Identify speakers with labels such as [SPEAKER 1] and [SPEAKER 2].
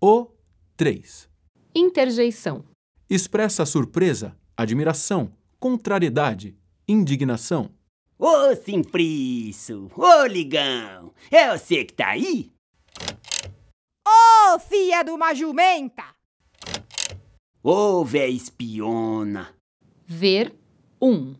[SPEAKER 1] O 3.
[SPEAKER 2] Interjeição.
[SPEAKER 1] Expressa surpresa, admiração, contrariedade, indignação.
[SPEAKER 3] Ô, Simpriço! Ô, Ligão! É você que tá aí?
[SPEAKER 4] Ô, filha de uma jumenta!
[SPEAKER 3] Ô, véia espiona!
[SPEAKER 2] Ver 1.